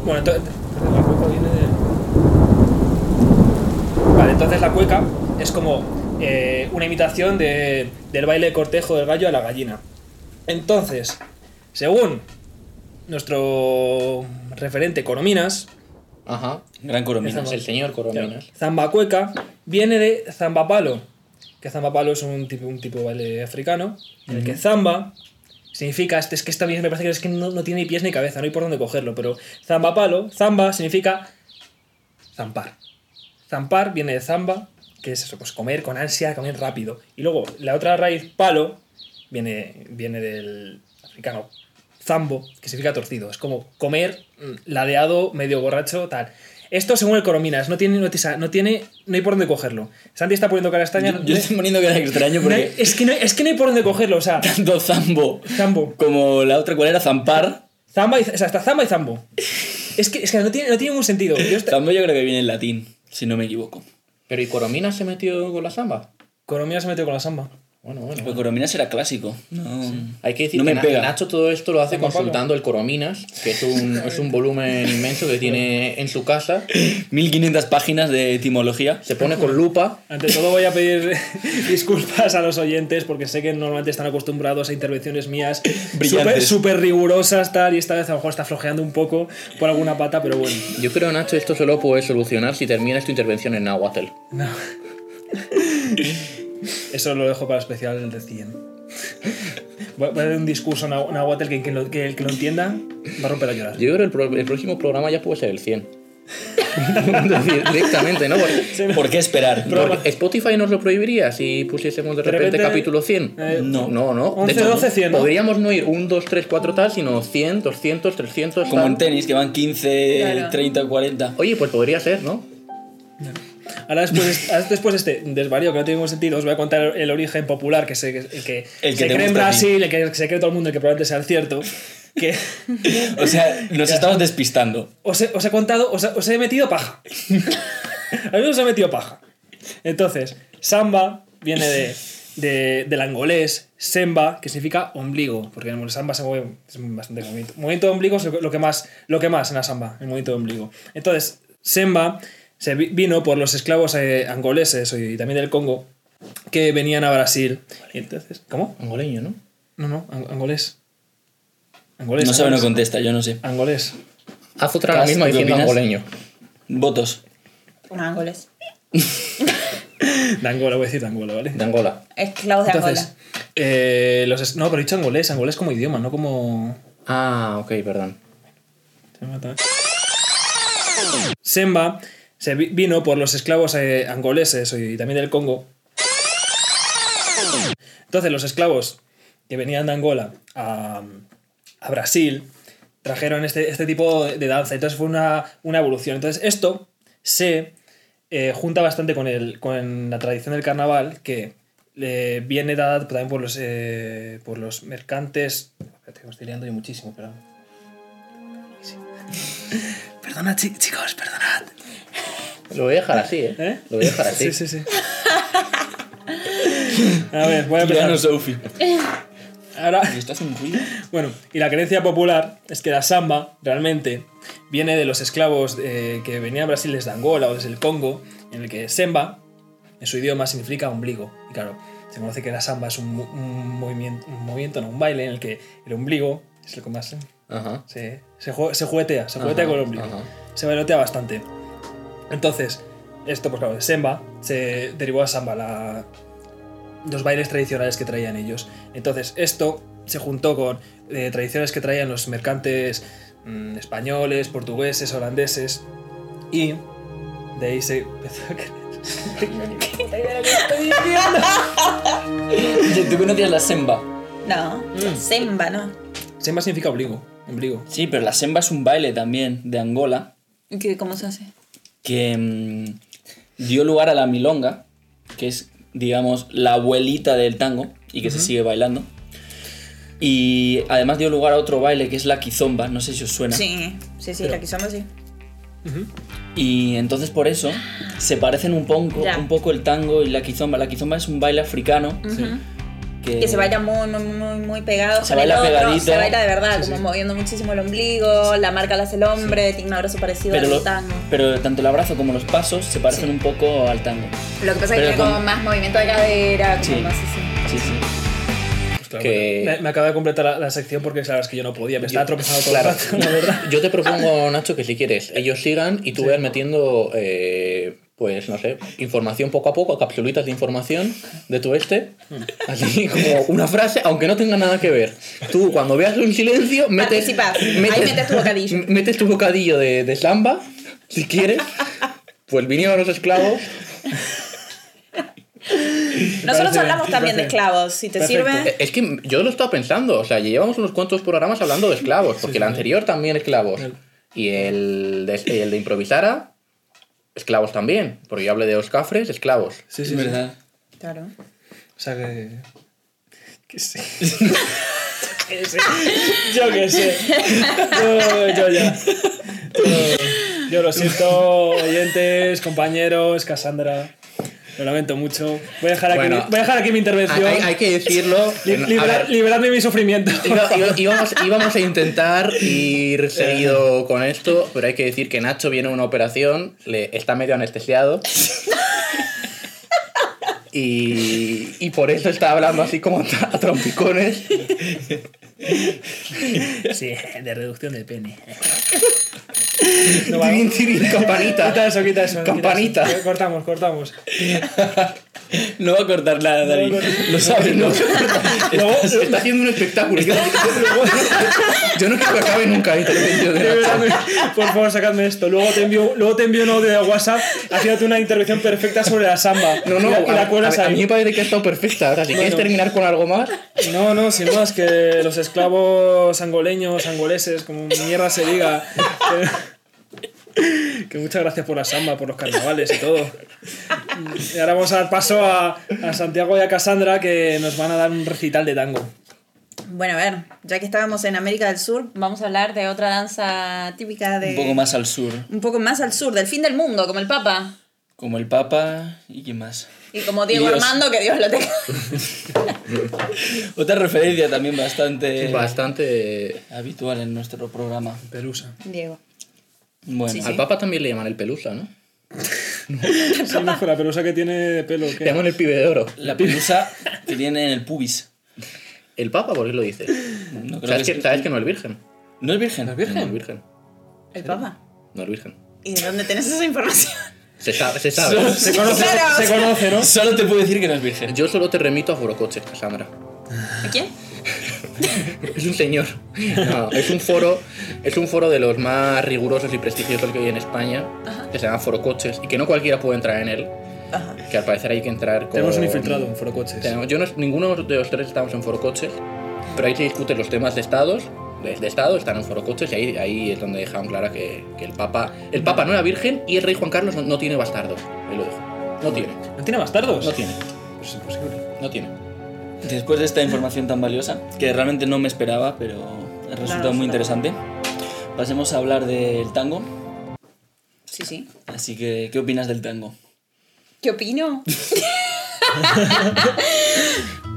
[SPEAKER 2] Bueno, entonces entonces la cueca viene de. Vale, entonces la cueca es como eh, una imitación de- del baile de cortejo del gallo a la gallina. Entonces, según nuestro referente Corominas,
[SPEAKER 3] Ajá.
[SPEAKER 1] Gran Corominas.
[SPEAKER 3] El señor Corominas.
[SPEAKER 2] Zamba cueca viene de zamba palo, que zamba palo es un tipo, un tipo de baile africano, en el que zamba significa, este- es que esta bien me parece que es que no, no tiene ni pies ni cabeza, no hay por dónde cogerlo, pero zamba palo, zamba significa zampar. Zampar viene de zamba, que es eso, pues comer con ansia, comer rápido. Y luego la otra raíz palo viene, viene del africano zambo, que significa torcido. Es como comer mm, ladeado, medio borracho, tal. Esto según el Corominas, no tiene, no, tiene- no tiene, no hay por dónde cogerlo. Santi está poniendo cara extraña.
[SPEAKER 1] Yo estoy poniendo que era extraño
[SPEAKER 2] No hay-
[SPEAKER 1] porque
[SPEAKER 2] es, que no, hay- es que no hay por dónde cogerlo, o sea,
[SPEAKER 1] tanto Zambo
[SPEAKER 2] zambo.
[SPEAKER 1] como la otra, ¿cuál era? Zampar.
[SPEAKER 2] Zamba y, o sea, hasta zamba y zambo. Es que, es que no, tiene, no tiene ningún sentido. Yo esta-
[SPEAKER 1] Zambo yo creo que viene en latín, si no me equivoco.
[SPEAKER 3] Pero ¿y Corominas se metió con la samba?
[SPEAKER 2] Corominas se metió con la samba.
[SPEAKER 3] Bueno, bueno.
[SPEAKER 1] Pero Corominas era Pues clásico. No.
[SPEAKER 3] Hay que decir
[SPEAKER 1] No
[SPEAKER 3] que
[SPEAKER 1] me
[SPEAKER 3] Na-
[SPEAKER 1] pega.
[SPEAKER 3] Nacho todo esto lo hace
[SPEAKER 2] Juan Pablo.
[SPEAKER 3] consultando el Corominas, que es un, es un volumen inmenso que tiene en su casa.
[SPEAKER 1] 1500 páginas de etimología.
[SPEAKER 3] Se pone con lupa.
[SPEAKER 2] Ante todo voy a pedir disculpas a los oyentes porque sé que normalmente están acostumbrados a intervenciones mías súper
[SPEAKER 1] Brillantes.
[SPEAKER 2] súper rigurosas tal y esta vez a lo mejor está flojeando un poco por alguna pata, pero bueno.
[SPEAKER 3] Yo creo, Nacho, esto solo puedes solucionar si terminas tu intervención en Nahuatl.
[SPEAKER 2] No. Eso lo dejo para el especial de 100. Voy a voy a dar un discurso nah- nahuatl que, que, lo, que el que lo entienda va a romper a llorar.
[SPEAKER 3] Yo creo que el, pro- el próximo programa ya puede ser el 100. Es decir, directamente, ¿no? Porque,
[SPEAKER 1] ¿Por qué esperar?
[SPEAKER 3] porque Spotify nos lo prohibiría si pusiésemos de
[SPEAKER 2] De
[SPEAKER 3] repente,
[SPEAKER 2] repente,
[SPEAKER 3] capítulo 100.
[SPEAKER 2] eh,
[SPEAKER 3] no, no, no.
[SPEAKER 2] 11, 12, 100, ¿no?
[SPEAKER 3] Podríamos no ir 1, 2, 3, 4 tal, sino 100, 200, 300.
[SPEAKER 1] Como
[SPEAKER 3] tal.
[SPEAKER 1] en tenis, que van 15,
[SPEAKER 4] Claro.
[SPEAKER 1] 30, 40.
[SPEAKER 3] Oye, pues podría ser, ¿no?
[SPEAKER 2] Ahora después, ahora después de este desvarío que no tiene ningún sentido, os voy a contar el origen popular que se, el que,
[SPEAKER 1] El que
[SPEAKER 2] se
[SPEAKER 1] te
[SPEAKER 2] cree en
[SPEAKER 1] gusta a ti.
[SPEAKER 2] Brasil, el que se cree todo el mundo, el que probablemente sea el cierto. Que
[SPEAKER 1] O sea, nos estamos despistando.
[SPEAKER 2] os he, os he contado, os, he- os he metido paja. A mí os he metido paja. Entonces, samba viene de, de- del angolés, semba, que significa ombligo, porque en el samba se mueve es bastante movimiento. Movimiento de ombligo es lo que- lo que más, lo que más en la samba, el movimiento de ombligo. Entonces, semba se vi- vino por los esclavos eh, angoleses y también del Congo que venían a Brasil. Y entonces, ¿cómo?
[SPEAKER 3] Angoleño, ¿no?
[SPEAKER 2] No, no, ang- angolés. Angolés.
[SPEAKER 1] No sabe, no
[SPEAKER 2] angolés.
[SPEAKER 1] contesta, yo no sé.
[SPEAKER 2] Angolés.
[SPEAKER 3] Haz otra la
[SPEAKER 1] Cas,
[SPEAKER 3] misma
[SPEAKER 1] ¿tú qué
[SPEAKER 3] diciendo
[SPEAKER 1] opinas?
[SPEAKER 3] angoleño.
[SPEAKER 1] Votos.
[SPEAKER 4] Un ángoles.
[SPEAKER 2] De Angola, voy a decir de Angola, ¿vale?
[SPEAKER 3] De Angola.
[SPEAKER 4] Esclavos de
[SPEAKER 2] Entonces,
[SPEAKER 4] Angola.
[SPEAKER 2] eh, los es- no, pero he dicho angolés, angolés como idioma, no como...
[SPEAKER 3] Ah, ok, perdón.
[SPEAKER 2] se llama tal. Semba se vi- vino por los esclavos eh, angoleses y también del Congo. Entonces, los esclavos que venían de Angola a, a Brasil trajeron este, este tipo de danza. Entonces, fue una, una evolución. Entonces, esto se eh, junta bastante con, el, con la tradición del carnaval que eh, viene dada también por los, eh, por los mercantes. Espérate, que me estoy liando yo muchísimo, pero. Perdona, chi- chicos, perdonad.
[SPEAKER 3] Lo voy a dejar así, ¿eh?
[SPEAKER 2] ¿Eh?
[SPEAKER 3] Lo voy a dejar así.
[SPEAKER 2] Sí, sí, sí. A ver, voy a
[SPEAKER 1] Ya
[SPEAKER 2] empezar.
[SPEAKER 1] no, Sophie.
[SPEAKER 2] Ahora,
[SPEAKER 1] ¿Y esto hace un ruido?
[SPEAKER 2] bueno, y la creencia popular es que la samba realmente viene de los esclavos eh, que venían a Brasil desde Angola o desde el Congo, en el que semba, en su idioma, significa ombligo. Y claro, se conoce que la samba es un, mu- un movimiento, un movimiento, no, un baile en el que el ombligo es lo que más se,
[SPEAKER 3] Ajá.
[SPEAKER 2] se, ju- se juguetea, se juguetea
[SPEAKER 3] Ajá,
[SPEAKER 2] con el ombligo.
[SPEAKER 3] ajá.
[SPEAKER 2] se bailotea bastante. Entonces, esto, pues claro, de Semba se derivó a Samba, la- los bailes tradicionales que traían ellos. Entonces, esto se juntó con eh, tradiciones que traían los mercantes mm, españoles, portugueses, holandeses, y de ahí se empezó a crear.
[SPEAKER 1] Oye, ¿Tú conocías la semba?
[SPEAKER 4] No,
[SPEAKER 1] mm.
[SPEAKER 4] Semba, ¿no?
[SPEAKER 2] Semba significa ombligo, ombligo.
[SPEAKER 1] Sí, pero la semba es un baile también de Angola
[SPEAKER 4] ¿Y qué- ¿Cómo se hace?
[SPEAKER 1] que mm, dio lugar a la milonga, que es, digamos, la abuelita del tango y que se sigue bailando. Y además dio lugar a otro baile que es la quizomba, no sé si os suena.
[SPEAKER 4] Sí, sí, sí, la quizomba sí.
[SPEAKER 1] Y entonces por eso se parecen un poco,
[SPEAKER 4] Ya.
[SPEAKER 1] un poco el tango y la quizomba. La quizomba es un baile africano que,
[SPEAKER 4] Que se baila muy, muy, muy, muy pegado.
[SPEAKER 1] Se
[SPEAKER 4] con
[SPEAKER 1] baila
[SPEAKER 4] el otro,
[SPEAKER 1] pegadito.
[SPEAKER 4] Se baila de verdad, como moviendo muchísimo el ombligo, la marca la hace el hombre, tiene un abrazo parecido
[SPEAKER 1] pero,
[SPEAKER 4] al
[SPEAKER 1] lo-
[SPEAKER 4] tango.
[SPEAKER 1] pero tanto el abrazo como los pasos se parecen
[SPEAKER 4] Sí.
[SPEAKER 1] un poco al tango.
[SPEAKER 4] Lo que pasa es que
[SPEAKER 1] pero
[SPEAKER 4] tiene como
[SPEAKER 1] con-
[SPEAKER 4] más movimiento de cadera, como
[SPEAKER 1] Sí.
[SPEAKER 4] más así.
[SPEAKER 1] Sí, sí.
[SPEAKER 2] Pues claro,
[SPEAKER 3] Que-
[SPEAKER 2] bueno, me, me acaba de completar la, la sección porque claro, es que yo no podía, me estaba tropezando todo el rato, la verdad.
[SPEAKER 3] Yo te propongo, Nacho, que si quieres, ellos sigan y tú veas metiendo, eh, pues no sé, información poco a poco, capsulitas de información de tu este, así como una frase, aunque no tenga nada que ver. Tú, cuando veas un silencio, metes,
[SPEAKER 4] Participas. Ahí metes tu bocadillo.
[SPEAKER 3] Metes tu bocadillo de, de samba, si quieres. Pues vinieron los esclavos.
[SPEAKER 4] Nosotros
[SPEAKER 2] parece
[SPEAKER 4] hablamos
[SPEAKER 2] bien,
[SPEAKER 4] también de
[SPEAKER 2] perfecto.
[SPEAKER 4] esclavos, si te
[SPEAKER 2] Perfecto.
[SPEAKER 3] Eh,
[SPEAKER 4] sirve.
[SPEAKER 3] Es que yo lo estaba pensando, o sea, ya llevamos unos cuantos programas hablando de esclavos, porque el anterior también esclavos. Y el de, el de improvisara, esclavos también, porque yo hablé de los cafres, esclavos.
[SPEAKER 2] Sí,
[SPEAKER 1] Es
[SPEAKER 2] sí, sí.
[SPEAKER 1] verdad.
[SPEAKER 4] Claro.
[SPEAKER 2] O sea que. Que sí. que sí. Yo que sé. Yo, yo ya. Yo, yo lo siento, oyentes, compañeros, Cassandra. Lo lamento mucho. Voy a dejar aquí,
[SPEAKER 3] Bueno.
[SPEAKER 2] mi, voy a dejar aquí mi
[SPEAKER 3] Hay,
[SPEAKER 2] intervención.
[SPEAKER 3] hay- hay que decirlo.
[SPEAKER 2] Li-
[SPEAKER 3] en- a
[SPEAKER 2] libera-
[SPEAKER 3] ver,
[SPEAKER 2] liberadme de mi sufrimiento.
[SPEAKER 3] iba- iba- íbamos, íbamos a intentar ir
[SPEAKER 2] Eh.
[SPEAKER 3] seguido con esto, pero hay que decir que Nacho viene a una operación, le está medio anestesiado. Y, y por eso está hablando así como a trompicones.
[SPEAKER 2] Sí, de reducción del pene.
[SPEAKER 3] Tirín, tirín, campanita.
[SPEAKER 2] Quita eso, quita eso. quita
[SPEAKER 3] Campanita.
[SPEAKER 2] eso. Cortamos, cortamos.
[SPEAKER 1] No va a cortar nada, David.
[SPEAKER 2] No, no.
[SPEAKER 1] Lo sabes, ¿no?
[SPEAKER 2] Luego,
[SPEAKER 3] Se está haciendo un espectáculo. Yo, yo no quiero que acabe nunca esto. lo siento, de verdad.
[SPEAKER 2] Liberadme. Por favor, sacadme esto. Luego te envío, luego te envío un audio de WhatsApp haciéndote una intervención perfecta sobre la samba.
[SPEAKER 3] No, no,
[SPEAKER 2] Y la, y la
[SPEAKER 3] a,
[SPEAKER 2] cuelas
[SPEAKER 3] a- a
[SPEAKER 2] ahí.
[SPEAKER 3] mí me parece que ha estado perfecta. Ahora, si quieres terminar con algo más,
[SPEAKER 2] No, no, sin más, que los esclavos angoleños, angoleses, como mierda se diga. Que, que muchas gracias por la samba, por los carnavales y todo. Y ahora vamos a dar paso a, a Santiago y a Cassandra que nos van a dar un recital de tango.
[SPEAKER 4] Bueno, a ver, ya que estábamos en América del Sur, vamos a hablar de otra danza típica de.
[SPEAKER 1] Un poco más al sur,
[SPEAKER 4] Un poco más al sur, del fin del mundo, como el Papa.
[SPEAKER 1] como el Papa y quién más.
[SPEAKER 4] Y como Diego
[SPEAKER 1] Dios.
[SPEAKER 4] Armando, que Dios lo tenga.
[SPEAKER 1] Otra referencia también bastante
[SPEAKER 3] bastante.
[SPEAKER 1] habitual en nuestro programa.
[SPEAKER 2] Pelusa.
[SPEAKER 4] Diego.
[SPEAKER 1] Bueno,
[SPEAKER 4] Sí, sí.
[SPEAKER 3] Al Papa también le llaman el pelusa, ¿no?
[SPEAKER 2] Sí, no, la pelusa que tiene de pelo.
[SPEAKER 3] Le
[SPEAKER 2] ¿qué?
[SPEAKER 3] llaman el pibe de oro.
[SPEAKER 1] la pelusa que tiene en el pubis.
[SPEAKER 3] El Papa, ¿por qué lo dice?
[SPEAKER 1] No, creo
[SPEAKER 3] ¿Sabes
[SPEAKER 1] que
[SPEAKER 3] que,
[SPEAKER 1] es-
[SPEAKER 3] sabes que no es virgen?
[SPEAKER 1] ¿No es virgen.
[SPEAKER 3] No es virgen.
[SPEAKER 4] El Papa.
[SPEAKER 3] No es virgen.
[SPEAKER 4] ¿Y de dónde tenés esa información?
[SPEAKER 3] Se sabe, se sabe.
[SPEAKER 2] Se conoce,
[SPEAKER 4] Claro,
[SPEAKER 2] se
[SPEAKER 4] o sea-
[SPEAKER 2] conoce, ¿no?
[SPEAKER 1] Solo te puedo decir que no es virgen.
[SPEAKER 3] Yo solo te remito a Forocoches, Cassandra.
[SPEAKER 4] ¿A quién?
[SPEAKER 3] Es un señor. No, es un foro, es un foro de los más rigurosos y prestigiosos que hay en España, que se llama Foro Coches y que no cualquiera puede entrar en él. Que al parecer hay que entrar con.
[SPEAKER 2] Tenemos un infiltrado, un forocoches.
[SPEAKER 3] Tenemos- yo no- ninguno de los tres estamos en Foro Coches, pero ahí se discuten los temas de estados. De, de estado están en Foro Coches y ahí, ahí es donde dejaron clara que, que el Papa, el Papa no era virgen y el rey Juan Carlos no, no tiene bastardos. Ahí lo dejo. No tiene,
[SPEAKER 2] ¿No tiene bastardos?
[SPEAKER 3] no tiene,
[SPEAKER 2] pues Es imposible.
[SPEAKER 3] no tiene.
[SPEAKER 1] Después de esta información tan valiosa, que realmente no me esperaba, pero ha resultado muy interesante, pasemos a hablar del tango.
[SPEAKER 4] Sí, sí.
[SPEAKER 1] Así que, ¿qué opinas del tango?
[SPEAKER 4] ¿Qué opino?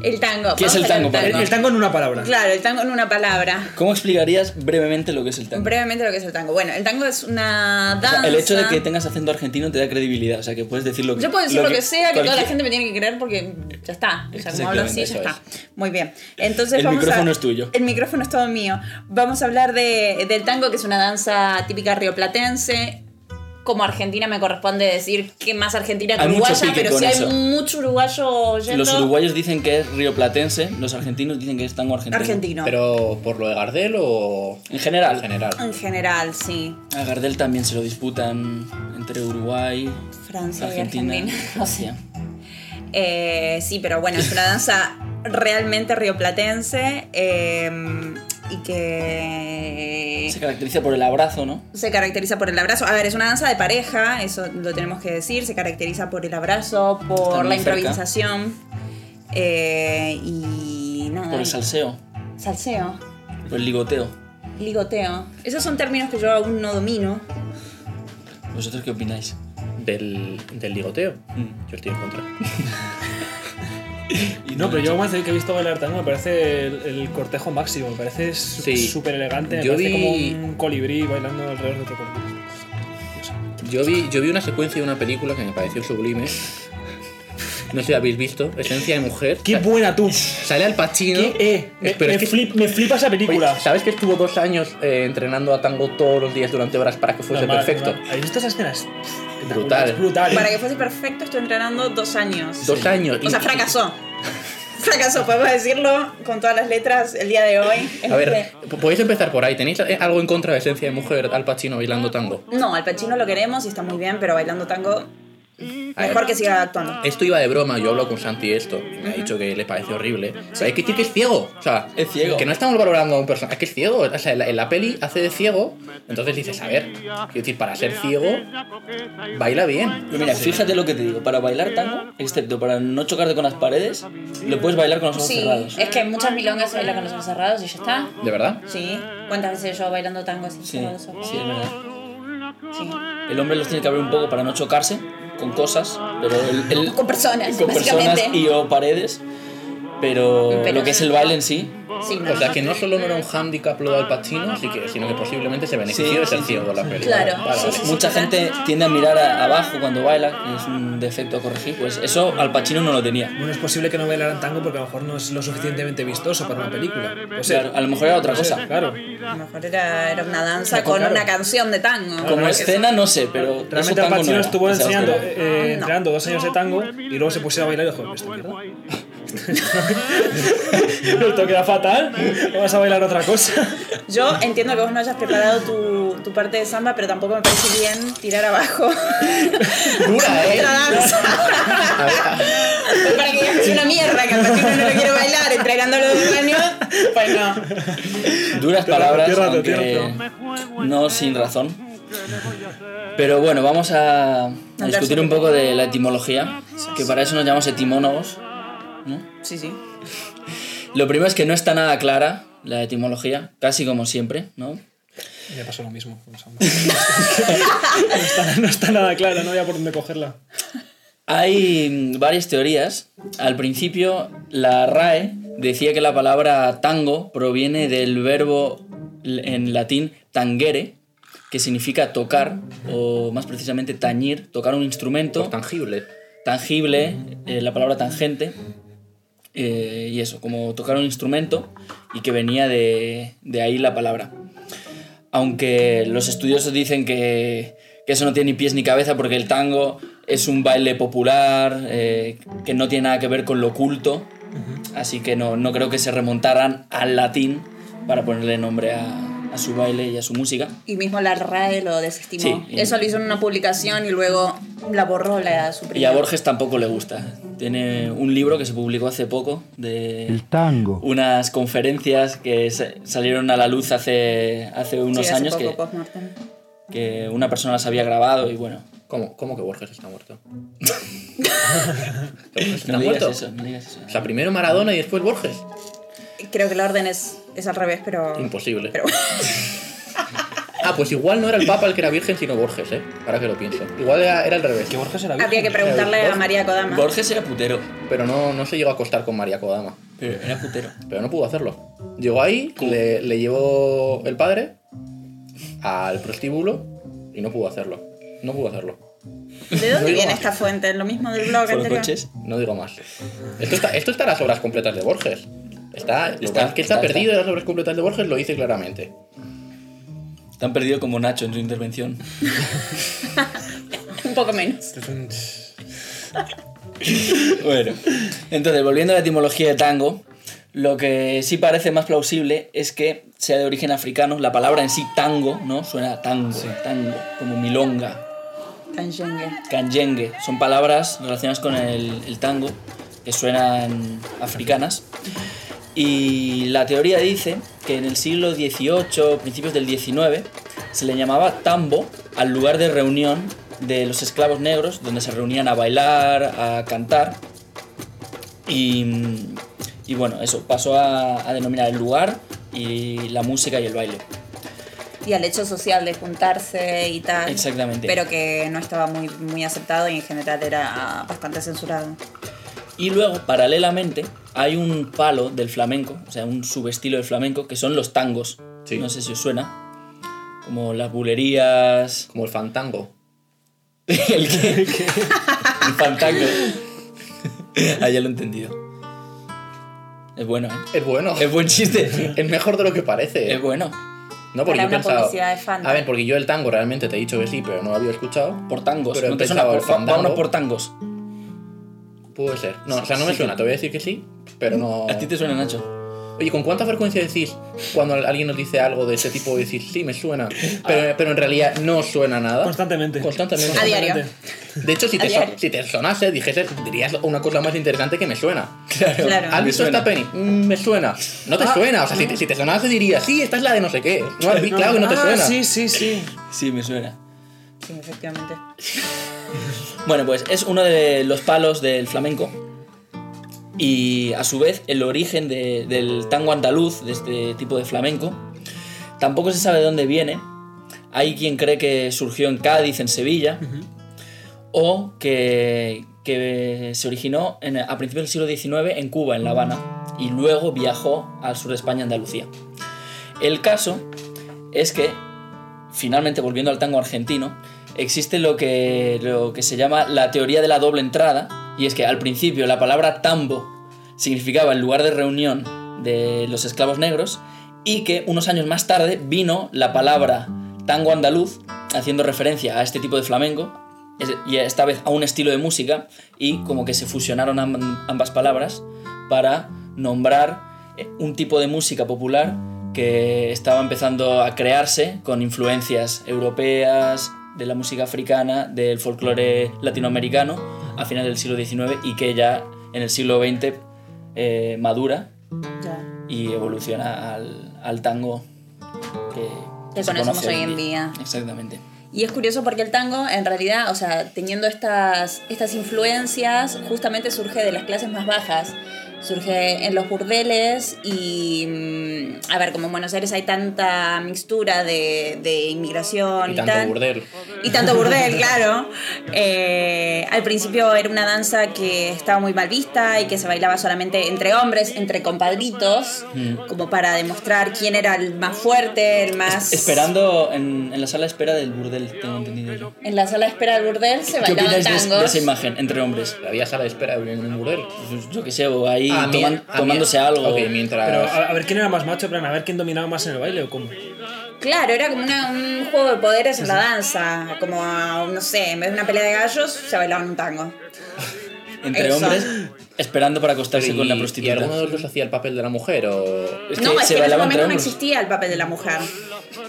[SPEAKER 4] el tango.
[SPEAKER 1] ¿Qué es
[SPEAKER 4] Vamos
[SPEAKER 1] el
[SPEAKER 4] al
[SPEAKER 1] tango,
[SPEAKER 2] El, el tango en una palabra.
[SPEAKER 4] Claro, el tango en una palabra.
[SPEAKER 1] ¿Cómo explicarías brevemente lo que es el tango?
[SPEAKER 4] Brevemente lo que es el tango. Bueno, el tango es una
[SPEAKER 1] O
[SPEAKER 4] danza.
[SPEAKER 1] sea, el hecho de que tengas acento argentino te da credibilidad, o sea que puedes decir lo que
[SPEAKER 4] Yo puedo decir lo que, sea, que toda la
[SPEAKER 1] cualquier-
[SPEAKER 4] gente me tiene que creer porque ya está. O sea, como hablo así, ya
[SPEAKER 3] Exactamente,
[SPEAKER 4] está.
[SPEAKER 3] eso
[SPEAKER 4] Muy bien. Entonces
[SPEAKER 1] El
[SPEAKER 4] vamos
[SPEAKER 1] micrófono
[SPEAKER 4] a-
[SPEAKER 1] es tuyo.
[SPEAKER 4] El micrófono es todo mío. Vamos a hablar de, del tango, que es una danza típica rioplatense. Como argentina me corresponde decir que más argentina que
[SPEAKER 1] Hay mucho
[SPEAKER 4] uruguaya,
[SPEAKER 1] pique
[SPEAKER 4] pero
[SPEAKER 1] con
[SPEAKER 4] si
[SPEAKER 1] eso.
[SPEAKER 4] hay mucho uruguayo yendo...
[SPEAKER 1] Los uruguayos dicen que es rioplatense, los argentinos dicen que es tango argentino.
[SPEAKER 4] Argentino.
[SPEAKER 3] Pero por lo de Gardel o
[SPEAKER 1] En general.
[SPEAKER 3] en general.
[SPEAKER 4] En general, sí.
[SPEAKER 1] A Gardel también se lo disputan entre Uruguay,
[SPEAKER 4] Francia
[SPEAKER 1] Argentina,
[SPEAKER 4] y Argentina. No sé.
[SPEAKER 1] Asia.
[SPEAKER 4] Eh, sí, pero bueno, es una danza realmente rioplatense eh, y que
[SPEAKER 1] Se caracteriza por el abrazo, ¿no?
[SPEAKER 4] se caracteriza por el abrazo. A ver, es una danza de pareja, eso lo tenemos que decir. Se caracteriza por el abrazo, por
[SPEAKER 1] Están
[SPEAKER 4] la
[SPEAKER 1] muy cerca.
[SPEAKER 4] improvisación eh, y nada.
[SPEAKER 1] Por el salseo.
[SPEAKER 4] Salseo.
[SPEAKER 1] O el ligoteo.
[SPEAKER 4] Ligoteo. Esos son términos que yo aún no domino.
[SPEAKER 1] ¿Vosotros qué opináis?
[SPEAKER 3] Del, del ligoteo.
[SPEAKER 1] Mm.
[SPEAKER 3] Yo estoy en contra.
[SPEAKER 1] Y
[SPEAKER 2] No, pero
[SPEAKER 1] Nacho.
[SPEAKER 2] yo más que he visto bailar tango me parece el, el cortejo máximo, me parece su- súper
[SPEAKER 3] Sí.
[SPEAKER 2] elegante, me
[SPEAKER 3] Yo
[SPEAKER 2] parece
[SPEAKER 3] vi-
[SPEAKER 2] como un colibrí bailando alrededor de otro colibrí.
[SPEAKER 3] Yo vi, yo vi una secuencia de una película que me pareció sublime. No sé si la habéis visto. Esencia de mujer.
[SPEAKER 2] ¡Qué
[SPEAKER 3] Sa-
[SPEAKER 2] buena tú!
[SPEAKER 3] Sale al pachino.
[SPEAKER 2] ¡Qué eh! Me, me flip- me flipa esa película.
[SPEAKER 3] ¿Sabes que estuvo dos años eh, entrenando a tango todos los días durante horas para que fuese
[SPEAKER 2] Normal,
[SPEAKER 3] pues, perfecto?
[SPEAKER 2] normal. ¿Habéis visto esas escenas?
[SPEAKER 3] Brutal.
[SPEAKER 2] Brutal.
[SPEAKER 4] Para que fuese perfecto, estoy entrenando dos años.
[SPEAKER 3] Dos años.
[SPEAKER 4] O sea,
[SPEAKER 3] Y-
[SPEAKER 4] fracasó. Fracasó, podemos decirlo con todas las letras el día de hoy. Este,
[SPEAKER 3] A ver, p- podéis empezar por ahí. ¿Tenéis eh, algo en contra de Esencia de Mujer al Pacino bailando tango?
[SPEAKER 4] No, al Pacino lo queremos y está muy bien, pero bailando tango,
[SPEAKER 3] A ver,
[SPEAKER 4] mejor que siga actuando.
[SPEAKER 3] Esto iba de broma, yo hablo con Santi esto, y me ha dicho que le parece horrible. O sea, hay que decir que es ciego. O sea,
[SPEAKER 1] Es ciego.
[SPEAKER 3] Que no estamos valorando a un personaje, es que es ciego. O sea, en la, en la peli hace de ciego, entonces dices, a ver, quiero decir, para ser ciego, baila bien.
[SPEAKER 1] Pero mira, fíjate lo que te digo. Para bailar tango, excepto para no chocarte con las paredes, lo puedes bailar con los ojos
[SPEAKER 4] Sí,
[SPEAKER 1] cerrados.
[SPEAKER 4] es que muchas milongas se bailan con los ojos cerrados y ya está.
[SPEAKER 3] ¿De verdad?
[SPEAKER 4] Sí, ¿cuántas veces yo bailando tango así?
[SPEAKER 1] Sí,
[SPEAKER 4] cerrado los ojos?
[SPEAKER 1] sí, es verdad.
[SPEAKER 4] Sí.
[SPEAKER 1] El hombre los tiene que abrir un poco para no chocarse con cosas, pero el, el-
[SPEAKER 4] Con personas,
[SPEAKER 1] con personas
[SPEAKER 4] básicamente.
[SPEAKER 1] y o paredes. Pero,
[SPEAKER 4] Pero
[SPEAKER 1] lo que es
[SPEAKER 4] sí.
[SPEAKER 1] el baile en sí,
[SPEAKER 4] Sí, no.
[SPEAKER 3] O sea, que no solo no era un hándicap lo de Al Pacino, así que, sino que posiblemente se benefició
[SPEAKER 1] Sí,
[SPEAKER 3] de ser
[SPEAKER 1] sí,
[SPEAKER 3] ciego en la peli.
[SPEAKER 4] Claro,
[SPEAKER 3] Vale,
[SPEAKER 4] sí,
[SPEAKER 3] vale.
[SPEAKER 4] sí, sí.
[SPEAKER 1] mucha gente tiende a mirar a- abajo cuando baila, que es un defecto a corregir. Pues eso Al Pacino no lo tenía.
[SPEAKER 2] Bueno, es posible que no bailaran tango porque a lo mejor no es lo suficientemente vistoso para una película. O sea,
[SPEAKER 1] Claro, a lo mejor era otra
[SPEAKER 2] o sea,
[SPEAKER 1] cosa.
[SPEAKER 2] Claro.
[SPEAKER 4] A lo mejor era, era una danza
[SPEAKER 1] Claro,
[SPEAKER 4] con
[SPEAKER 1] claro.
[SPEAKER 4] una canción de tango.
[SPEAKER 1] Como
[SPEAKER 2] no, es-
[SPEAKER 1] escena, no sé, pero. eso
[SPEAKER 2] Realmente Al
[SPEAKER 1] tango no
[SPEAKER 2] Pacino
[SPEAKER 1] era,
[SPEAKER 2] estuvo
[SPEAKER 1] o sea,
[SPEAKER 2] enseñando,
[SPEAKER 1] hostia.
[SPEAKER 2] eh,
[SPEAKER 4] Ah, No.
[SPEAKER 2] entrenando dos años de tango y luego se puso a bailar y dijo, ¿esta mierda? Esto queda fatal, vamos a bailar otra cosa.
[SPEAKER 4] Yo entiendo que vos no hayas preparado tu, tu parte de samba, pero tampoco me parece bien tirar abajo.
[SPEAKER 3] Dura, ¿eh?
[SPEAKER 4] Otra danza. Para que digas que es una mierda, que al Pacino no lo quiero bailar, entregándolo de un año, pues no.
[SPEAKER 1] Duras
[SPEAKER 2] eh, Tierra,
[SPEAKER 1] palabras,
[SPEAKER 2] tierra,
[SPEAKER 1] aunque
[SPEAKER 2] tierra.
[SPEAKER 1] no sin razón. Pero bueno, vamos a, a discutir un poco de la etimología, que para eso nos llamamos etimónogos.
[SPEAKER 4] Sí, sí.
[SPEAKER 1] Lo primero es que no está nada clara la etimología, casi como siempre, ¿no?
[SPEAKER 2] Me pasó lo mismo. con samba. no, está, no está nada claro, no había por dónde cogerla.
[SPEAKER 1] Hay mm, varias teorías. Al principio, la RAE decía que la palabra tango proviene del verbo l- en latín tangere, que significa tocar, o más precisamente tañir, tocar un instrumento.
[SPEAKER 3] Por tangible.
[SPEAKER 1] tangible, eh, la palabra tangente, eh, y eso, como tocar un instrumento, y que venía de, de ahí la palabra. Aunque los estudiosos dicen que, que eso no tiene ni pies ni cabeza porque el tango es un baile popular, eh, que no tiene nada que ver con lo culto, así que no, no creo que se remontaran al latín para ponerle nombre a, a su baile y a su música.
[SPEAKER 4] Y mismo la RAE lo desestimó.
[SPEAKER 1] Sí, y-
[SPEAKER 4] Eso lo hizo en una publicación y luego la borró la
[SPEAKER 1] Y a
[SPEAKER 4] suprimida.
[SPEAKER 1] Borges tampoco le gusta. Tiene un libro que se publicó hace poco de...
[SPEAKER 8] El tango.
[SPEAKER 1] unas conferencias que sa- salieron a la luz hace, hace unos
[SPEAKER 4] Sí, hace
[SPEAKER 1] años
[SPEAKER 4] poco,
[SPEAKER 1] que,
[SPEAKER 4] post-mortem.
[SPEAKER 1] que una persona las había grabado y bueno.
[SPEAKER 3] ¿Cómo, cómo que Borges está muerto? ¿Que Borges
[SPEAKER 1] No
[SPEAKER 3] está
[SPEAKER 1] digas
[SPEAKER 3] muerto?
[SPEAKER 1] eso, no digas eso.
[SPEAKER 3] O sea, primero Maradona y después Borges.
[SPEAKER 4] Creo que la orden es, es al revés, pero...
[SPEAKER 3] Imposible.
[SPEAKER 4] pero
[SPEAKER 3] Ah, pues igual no era el Papa el que era virgen, sino Borges, ¿eh? Ahora que lo pienso. Igual era, era al revés.
[SPEAKER 2] Que Borges era
[SPEAKER 4] habría que
[SPEAKER 2] virgen.
[SPEAKER 4] preguntarle a María Kodama.
[SPEAKER 1] Borges era putero,
[SPEAKER 3] Pero no, no se llegó a acostar con María Kodama.
[SPEAKER 1] pero era putero.
[SPEAKER 3] Pero no pudo hacerlo. Llegó ahí, le, le llevó el padre al prostíbulo y no pudo hacerlo. No pudo hacerlo.
[SPEAKER 4] ¿De dónde
[SPEAKER 3] digo
[SPEAKER 4] viene
[SPEAKER 3] más.
[SPEAKER 4] esta fuente? ¿Lo mismo del blog
[SPEAKER 1] Por los
[SPEAKER 4] anterior?
[SPEAKER 1] coches.
[SPEAKER 3] No digo más. Esto está, esto está en las obras completas de Borges. Está, lo
[SPEAKER 1] Está,
[SPEAKER 3] que está,
[SPEAKER 1] está, está.
[SPEAKER 3] perdido en las obras completas de Borges lo dice claramente.
[SPEAKER 1] Tan perdido como Nacho en su intervención.
[SPEAKER 4] Un poco menos.
[SPEAKER 1] Bueno, entonces, volviendo a la etimología de tango, lo que sí parece más plausible es que sea de origen africano. La palabra en sí, tango, ¿no? Suena a tango, tango, como milonga,
[SPEAKER 4] Tan yengue.
[SPEAKER 1] Kanyengue. Son palabras relacionadas con el, el tango que suenan africanas. Y la teoría dice que en el siglo XVIII, principios del XIX, se le llamaba tambo al lugar de reunión de los esclavos negros, donde se reunían a bailar, a cantar. Y, Y bueno, eso, pasó a, a denominar el lugar y la música y el baile.
[SPEAKER 4] Y al hecho social de juntarse y tal.
[SPEAKER 1] Exactamente.
[SPEAKER 4] Pero que no estaba muy, muy aceptado y en general era bastante censurado.
[SPEAKER 1] Y luego, paralelamente, hay un palo del flamenco, o sea, un subestilo del flamenco, que son los tangos.
[SPEAKER 3] Sí.
[SPEAKER 1] No sé si os suena. Como las bulerías.
[SPEAKER 3] Como el fantango.
[SPEAKER 1] El que. El fantango. Ah, ya lo he entendido. Es bueno, ¿eh?
[SPEAKER 3] Es bueno.
[SPEAKER 1] Es buen chiste.
[SPEAKER 3] Es mejor de lo que parece. ¿eh?
[SPEAKER 1] Es bueno.
[SPEAKER 3] No, porque
[SPEAKER 4] Para
[SPEAKER 3] yo
[SPEAKER 4] una
[SPEAKER 3] pensaba-
[SPEAKER 4] publicidad de Fanta.
[SPEAKER 3] A ver, porque yo el tango realmente te he dicho que sí, pero no lo había escuchado.
[SPEAKER 1] Por tangos.
[SPEAKER 3] Pero
[SPEAKER 1] ¿No te
[SPEAKER 3] empezaba
[SPEAKER 1] suena?
[SPEAKER 3] el
[SPEAKER 1] Va-
[SPEAKER 3] fandango.
[SPEAKER 1] Vámonos por tangos.
[SPEAKER 3] Puede ser. No, o sea, no me
[SPEAKER 1] Sí,
[SPEAKER 3] suena.
[SPEAKER 1] que-
[SPEAKER 3] Te voy a decir que sí, pero no.
[SPEAKER 1] A ti te suena, Nacho.
[SPEAKER 3] Oye, ¿con cuánta frecuencia decís cuando alguien nos dice algo de ese tipo? Decís, sí, me suena.
[SPEAKER 1] Ah.
[SPEAKER 3] Pero, pero en realidad no suena nada.
[SPEAKER 2] Constantemente.
[SPEAKER 3] Constantemente.
[SPEAKER 4] A diario.
[SPEAKER 3] De hecho, si
[SPEAKER 4] A
[SPEAKER 3] te,
[SPEAKER 4] diario.
[SPEAKER 3] son- si te sonase, dijese, dirías una cosa más interesante que me suena. Claro.
[SPEAKER 4] Claro.
[SPEAKER 3] ¿Has
[SPEAKER 4] Me
[SPEAKER 3] visto
[SPEAKER 1] suena. Ah.
[SPEAKER 3] esta peli? Mm, me suena. No te suena. O sea, si, te, si te sonase, dirías, sí, esta es la de no sé qué. No, y claro que no te
[SPEAKER 2] Ah,
[SPEAKER 3] suena.
[SPEAKER 2] Sí, sí, sí.
[SPEAKER 1] Sí, me suena.
[SPEAKER 4] Sí, efectivamente.
[SPEAKER 1] Bueno, pues es uno de los palos del flamenco. Y a su vez, el origen de- del tango andaluz, de este tipo de flamenco, tampoco se sabe de dónde viene. Hay quien cree que surgió en Cádiz, en Sevilla, o que, que se originó en- a principios del siglo XIX en Cuba, en La Habana, y luego viajó al sur de España, Andalucía. El caso es que, finalmente volviendo al tango argentino, existe lo que, lo que se llama la teoría de la doble entrada, y es que al principio la palabra tambo significaba el lugar de reunión de los esclavos negros, y que unos años más tarde vino la palabra tango andaluz, haciendo referencia a este tipo de flamenco, es- y esta vez a un estilo de música, y como que se fusionaron am- ambas palabras para nombrar eh, un tipo de música popular que estaba empezando a crearse con influencias europeas, de la música africana, del folclore latinoamericano a finales del siglo XIX y que ya en el siglo XX eh, madura
[SPEAKER 4] Ya.
[SPEAKER 1] y evoluciona al, al tango que,
[SPEAKER 4] Que
[SPEAKER 1] se
[SPEAKER 4] conocemos
[SPEAKER 1] conoce
[SPEAKER 4] hoy en día.
[SPEAKER 1] Exactamente.
[SPEAKER 4] Y es curioso porque el tango, en realidad, o sea, teniendo estas, estas influencias, justamente surge de las clases más bajas. Surge en los burdeles y, mm, a ver, como en Buenos Aires hay tanta mixtura de, de inmigración
[SPEAKER 3] Y
[SPEAKER 4] y,
[SPEAKER 3] tanto
[SPEAKER 4] tal.
[SPEAKER 3] burdel.
[SPEAKER 4] Y tanto burdel, claro. Eh, al principio era una danza que estaba muy mal vista y que se bailaba solamente entre hombres, entre compadritos,
[SPEAKER 1] Mm.
[SPEAKER 4] como para demostrar quién era el más fuerte, el más...
[SPEAKER 1] Esperando en, en la sala de espera del burdel, tengo entendido yo.
[SPEAKER 4] En la sala de espera del burdel se
[SPEAKER 1] ¿Qué
[SPEAKER 4] bailaban
[SPEAKER 1] opináis de- de,
[SPEAKER 4] tangos.
[SPEAKER 1] esa imagen entre hombres?
[SPEAKER 3] Había sala de espera en un burdel.
[SPEAKER 1] Pues Yo qué sé, o ahí
[SPEAKER 3] A mí-
[SPEAKER 1] toman-
[SPEAKER 3] a mí-
[SPEAKER 1] tomándose algo.
[SPEAKER 3] Ok, mientras.
[SPEAKER 2] Pero
[SPEAKER 1] Ah.
[SPEAKER 2] a, a ver quién era más macho, pero a ver quién dominaba más en el baile o cómo.
[SPEAKER 4] Claro, era como una- un juego de poderes en la danza. Como, no sé, en vez de una pelea de gallos, se bailaban un tango.
[SPEAKER 1] entre
[SPEAKER 4] Eso.
[SPEAKER 1] hombres esperando para acostarse
[SPEAKER 3] y-
[SPEAKER 1] con la
[SPEAKER 3] ¿Y
[SPEAKER 1] prostituta.
[SPEAKER 3] alguno de los dos hacía el papel de la mujer o.?
[SPEAKER 1] Es se
[SPEAKER 4] no, es que en ese
[SPEAKER 1] bailaban
[SPEAKER 4] momento no
[SPEAKER 1] entre hombres.
[SPEAKER 4] existía el papel de la mujer.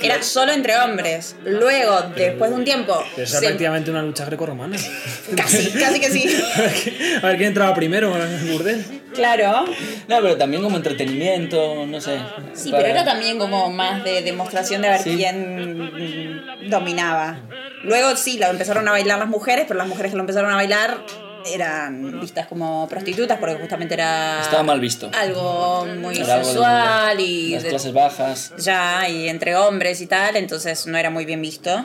[SPEAKER 4] Era solo entre hombres. Luego, después de un tiempo,
[SPEAKER 2] Pero eso era
[SPEAKER 4] se-
[SPEAKER 2] prácticamente una lucha grecorromana.
[SPEAKER 4] casi, casi que sí.
[SPEAKER 2] a ver quién- a ver quién entraba primero en el burdel.
[SPEAKER 4] Claro.
[SPEAKER 1] No, pero también como entretenimiento, no sé.
[SPEAKER 4] Sí,
[SPEAKER 1] para-
[SPEAKER 4] pero era también como más de demostración de ver
[SPEAKER 1] Sí.
[SPEAKER 4] quién mm, dominaba. Luego sí, lo empezaron a bailar las mujeres, pero las mujeres que lo empezaron a bailar eran vistas como prostitutas porque justamente era
[SPEAKER 1] Estaba mal visto.
[SPEAKER 4] algo muy
[SPEAKER 1] Era algo de-
[SPEAKER 4] sensual y
[SPEAKER 1] Las
[SPEAKER 4] de-
[SPEAKER 1] clases bajas.
[SPEAKER 4] ya y entre hombres y tal, entonces no era muy bien visto.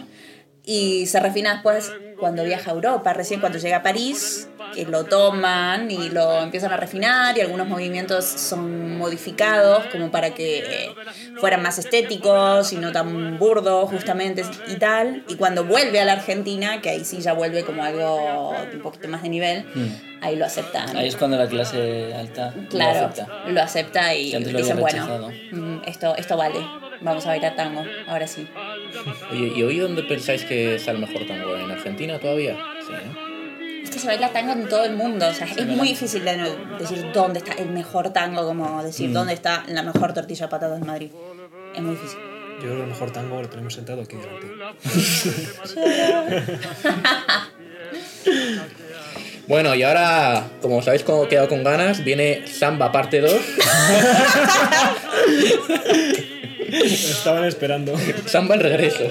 [SPEAKER 4] Y se refina después cuando viaja a Europa, recién cuando llega a París, que lo toman y lo empiezan a refinar y algunos movimientos son modificados como para que eh, fueran más estéticos y no tan burdos justamente y tal. Y cuando vuelve a la Argentina, que ahí sí ya vuelve como algo un poquito más de nivel, ahí lo aceptan.
[SPEAKER 1] Mm. Ahí es cuando la clase alta lo
[SPEAKER 4] Claro, lo
[SPEAKER 1] acepta.
[SPEAKER 4] acepta, y
[SPEAKER 1] Que antes lo
[SPEAKER 4] dicen,
[SPEAKER 1] había
[SPEAKER 4] bueno, mm, esto, esto vale, vamos a bailar tango, ahora sí.
[SPEAKER 3] Oye, ¿y hoy dónde pensáis que es el mejor tango? ¿En Argentina todavía? Sí, ¿eh? ¿no?
[SPEAKER 4] Es que se baila tango en todo el mundo, o sea, es muy difícil de no- decir dónde está el mejor tango, como
[SPEAKER 3] Mm.
[SPEAKER 4] decir dónde está la mejor tortilla de patatas en Madrid. Es muy difícil.
[SPEAKER 2] Yo creo que el mejor tango lo tenemos sentado aquí delante.
[SPEAKER 3] Bueno, y ahora, como os habéis co- quedado con ganas, viene Samba parte 2.
[SPEAKER 2] Estaban esperando.
[SPEAKER 3] Samba el regreso.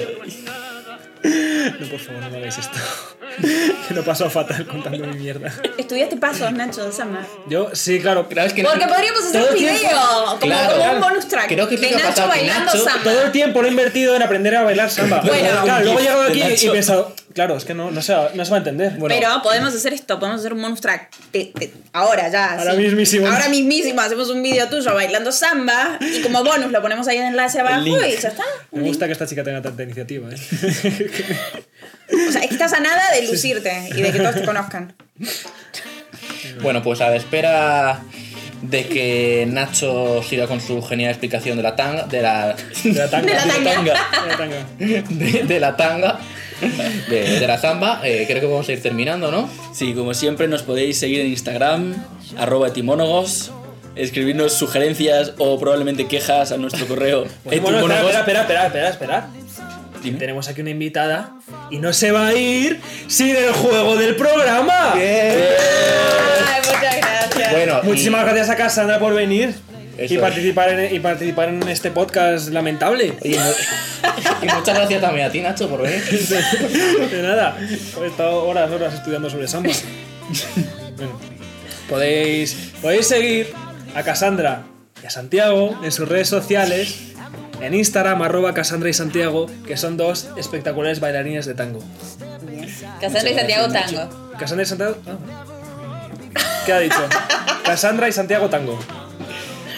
[SPEAKER 2] No, por favor, no me hagáis esto. que lo he pasado fatal contando mi mierda.
[SPEAKER 4] Estudiaste pasos, Nacho, de Samba.
[SPEAKER 2] Yo, sí, claro.
[SPEAKER 3] Claro, es que
[SPEAKER 4] Porque podríamos hacer
[SPEAKER 2] Todo
[SPEAKER 4] un
[SPEAKER 2] el tiempo-
[SPEAKER 4] video, como,
[SPEAKER 3] Claro.
[SPEAKER 4] como un bonus track
[SPEAKER 3] Creo que
[SPEAKER 4] de
[SPEAKER 3] te iba a
[SPEAKER 4] Nacho
[SPEAKER 3] pasar que
[SPEAKER 4] bailando
[SPEAKER 3] Nacho-
[SPEAKER 4] samba.
[SPEAKER 2] Todo el tiempo lo he invertido en aprender a bailar samba.
[SPEAKER 4] Bueno.
[SPEAKER 2] claro, luego he llegado aquí
[SPEAKER 3] De
[SPEAKER 2] y
[SPEAKER 3] Nacho.
[SPEAKER 2] he pensado, claro, es que no, no, se va, no se va a entender. Bueno,
[SPEAKER 4] Pero podemos hacer esto, podemos hacer un bonus track. Te- te- ahora ya.
[SPEAKER 2] Ahora mismísimo.
[SPEAKER 4] Ahora mismísimo hacemos un video tuyo bailando samba y como bonus lo ponemos ahí en enlace abajo
[SPEAKER 2] link.
[SPEAKER 4] y ya está.
[SPEAKER 2] me gusta que esta chica tenga tanta iniciativa. ¿eh?
[SPEAKER 4] O sea, es que estás a nada de lucirte y de que todos te conozcan.
[SPEAKER 3] Bueno, pues a la espera de que Nacho siga con su genial explicación de la tanga, de la,
[SPEAKER 2] De la tanga.
[SPEAKER 4] De la tanga.
[SPEAKER 2] De la tanga.
[SPEAKER 3] de, de la tanga, de, de la zamba, eh, creo que vamos a ir terminando, ¿no?
[SPEAKER 1] Sí, como siempre nos podéis seguir en Instagram, arroba etimónogos, escribirnos sugerencias o probablemente quejas a nuestro correo
[SPEAKER 2] Bueno, bueno,
[SPEAKER 1] etimónogos.
[SPEAKER 2] espera, espera, espera, espera, espera.
[SPEAKER 1] Dime.
[SPEAKER 2] Tenemos aquí una invitada y no se va a ir sin el juego del programa.
[SPEAKER 4] Ay, muchas gracias.
[SPEAKER 3] Bueno, y-
[SPEAKER 2] Muchísimas gracias a Cassandra por venir
[SPEAKER 3] Eso
[SPEAKER 2] y
[SPEAKER 3] es.
[SPEAKER 2] participar, en, y participar en este podcast lamentable.
[SPEAKER 3] Oye, mu- y muchas gracias también a ti, Nacho, por venir.
[SPEAKER 2] De nada, he estado horas, horas estudiando sobre samba. Bueno, podéis, podéis seguir a Cassandra y a Santiago en sus redes sociales, en Instagram, arroba Cassandra y Santiago, que son dos espectaculares bailarines de tango.
[SPEAKER 4] Cassandra y Santiago Tango.
[SPEAKER 2] Cassandra y Santiago... ah. ¿Qué ha dicho? Cassandra y Santiago Tango.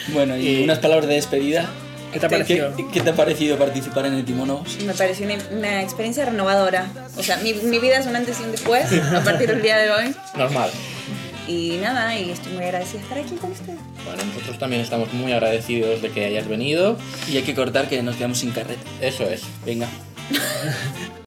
[SPEAKER 1] Bueno, y unas palabras de despedida.
[SPEAKER 2] ¿Qué te ha parecido?
[SPEAKER 1] ¿Qué, qué te ha parecido participar en etimónogos?
[SPEAKER 4] Me pareció una, una experiencia renovadora. O sea, mi, mi vida es un antes y un después a partir del día de hoy.
[SPEAKER 3] Normal.
[SPEAKER 4] Y nada, y estoy muy agradecida de estar aquí con ustedes.
[SPEAKER 3] Bueno, nosotros también estamos muy agradecidos de que hayas venido.
[SPEAKER 1] Y hay que cortar que nos quedamos sin carrete.
[SPEAKER 3] Eso es.
[SPEAKER 1] Venga.